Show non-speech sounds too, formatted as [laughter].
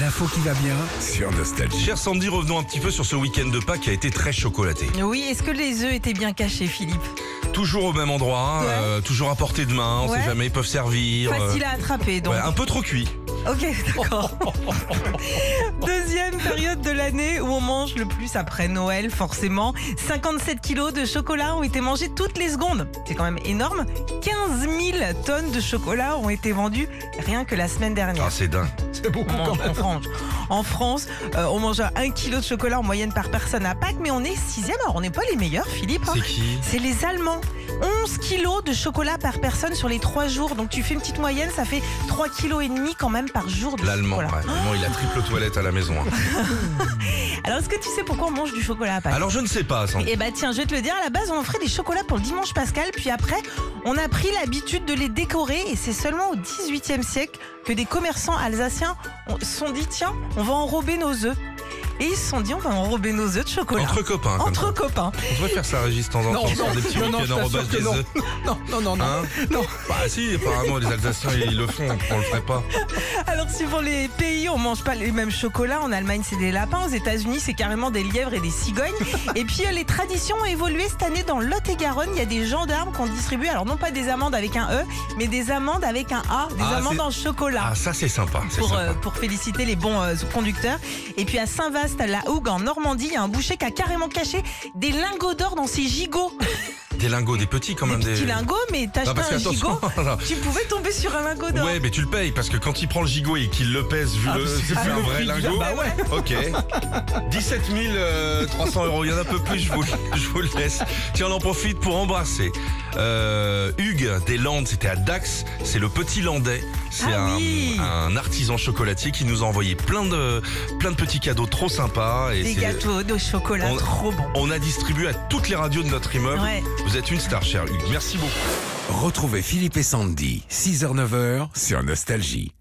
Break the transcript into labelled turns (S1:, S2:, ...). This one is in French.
S1: l'info qui va bien.
S2: sur Nostalgie.
S3: Cher Sandy, revenons un petit peu sur ce week-end de Pâques qui a été très chocolaté.
S4: Oui, est-ce que les œufs étaient bien cachés, Philippe
S3: Toujours au même endroit,
S4: Ouais.
S3: euh, toujours à portée de main, on
S4: Ouais.
S3: sait jamais, ils peuvent servir. euh,
S4: Facile à attraper, donc.
S3: ouais, un peu trop cuit.
S4: Ok, d'accord. [laughs] Deuxième période de l'année où on mange le plus après Noël, forcément. 57 kilos de chocolat ont été mangés toutes les secondes. C'est quand même énorme. 15 000 tonnes de chocolat ont été vendues rien que la semaine dernière.
S3: Ah, c'est dingue.
S1: C'est beaucoup
S3: Ah,
S4: On mange
S1: quand
S4: en
S1: même.
S4: France. En France, euh, on mange un kilo de chocolat en moyenne par personne à Pâques, mais on est sixième. Alors, on n'est pas les meilleurs, Philippe. hein.
S3: C'est qui
S4: C'est les Allemands. 11 kilos de chocolat par personne sur les 3 jours. Donc tu fais une petite moyenne, ça fait 3 kilos et demi quand même par jour de
S3: L'allemand.
S4: chocolat.
S3: ouais. L'allemand, il a triple toilette à la maison. hein.
S4: Alors est-ce que tu sais pourquoi on mange du chocolat à Pâques
S3: Alors je ne sais pas, Sandy.
S4: Eh bah tiens, je vais te le dire, à la base on en ferait des chocolats pour le dimanche pascal, puis après on a pris l'habitude de les décorer et c'est seulement au 18e siècle que des commerçants alsaciens ont- se sont dit tiens, on va enrober nos œufs. Et ils se sont dit on va enrober nos œufs de chocolat.
S3: Entre copains, comme
S4: Entre
S3: ça.
S4: copains.
S3: On devrait faire ça, Régis, de temps en
S1: Non,
S3: temps, sur
S1: non,
S3: des petits
S1: non, non,
S3: week-ends
S1: je t'assure
S3: enrobage
S1: que
S3: des
S1: non.
S3: œufs.
S1: Non, non, non, non.
S3: Hein
S1: Non.
S3: Bah si, apparemment, les Alsaciens, ils le font, on le ferait pas.
S4: Alors suivant les pays, on mange pas les mêmes chocolats. En Allemagne, c'est des lapins. Aux États-Unis, c'est carrément des lièvres et
S3: [laughs]
S4: des cigognes. Et puis euh, les traditions ont évolué cette année dans le Lot-et-Garonne. Il y a des gendarmes qui ont distribué, alors non pas des amandes avec un E, mais des amandes avec un A, des
S3: Ah,
S4: amandes
S3: c'est-
S4: en chocolat.
S3: Ah, ça, c'est sympa. c'est
S4: Pour,
S3: sympa.
S4: euh, pour féliciter les bons euh, conducteurs. Et puis à Saint-Vast, à la Hougue, en Normandie, il y a un boucher qui a carrément caché des lingots d'or dans
S3: [laughs]
S4: ses gigots.
S3: Des lingots, des petits quand
S4: Des
S3: même.
S4: petits lingots, mais
S3: euh, Non,
S4: t'achètes
S3: parce
S4: un gigot,
S3: qu'attention. [laughs] là.
S4: tu pouvais tomber sur un lingot d'or.
S3: Ouais, mais tu le payes parce que quand il prend le gigot et qu'il le pèse,
S4: Ah,
S3: vu le. C'est plus un vrai lingot.
S1: Bah ouais.
S3: [laughs] Ok. 17 300 euros, il y en a un peu plus, je vous, je vous le laisse. Tiens, on en profite pour embrasser. Euh, Hugues des Landes, c'était à Dax, c'est le petit Landais. C'est
S4: Ah
S3: un,
S4: oui.
S3: un artisan chocolatier qui nous a envoyé plein de, plein de petits cadeaux trop sympas. Et
S4: Des
S3: c'est-
S4: gâteaux de chocolat,
S3: On-
S4: trop bon.
S3: On a distribué à toutes les radios de notre immeuble.
S4: Ouais.
S3: Vous êtes une star, cher Hugues. Merci beaucoup.
S2: Retrouvez Philippe et Sandy, 6h-9h sur Nostalgie.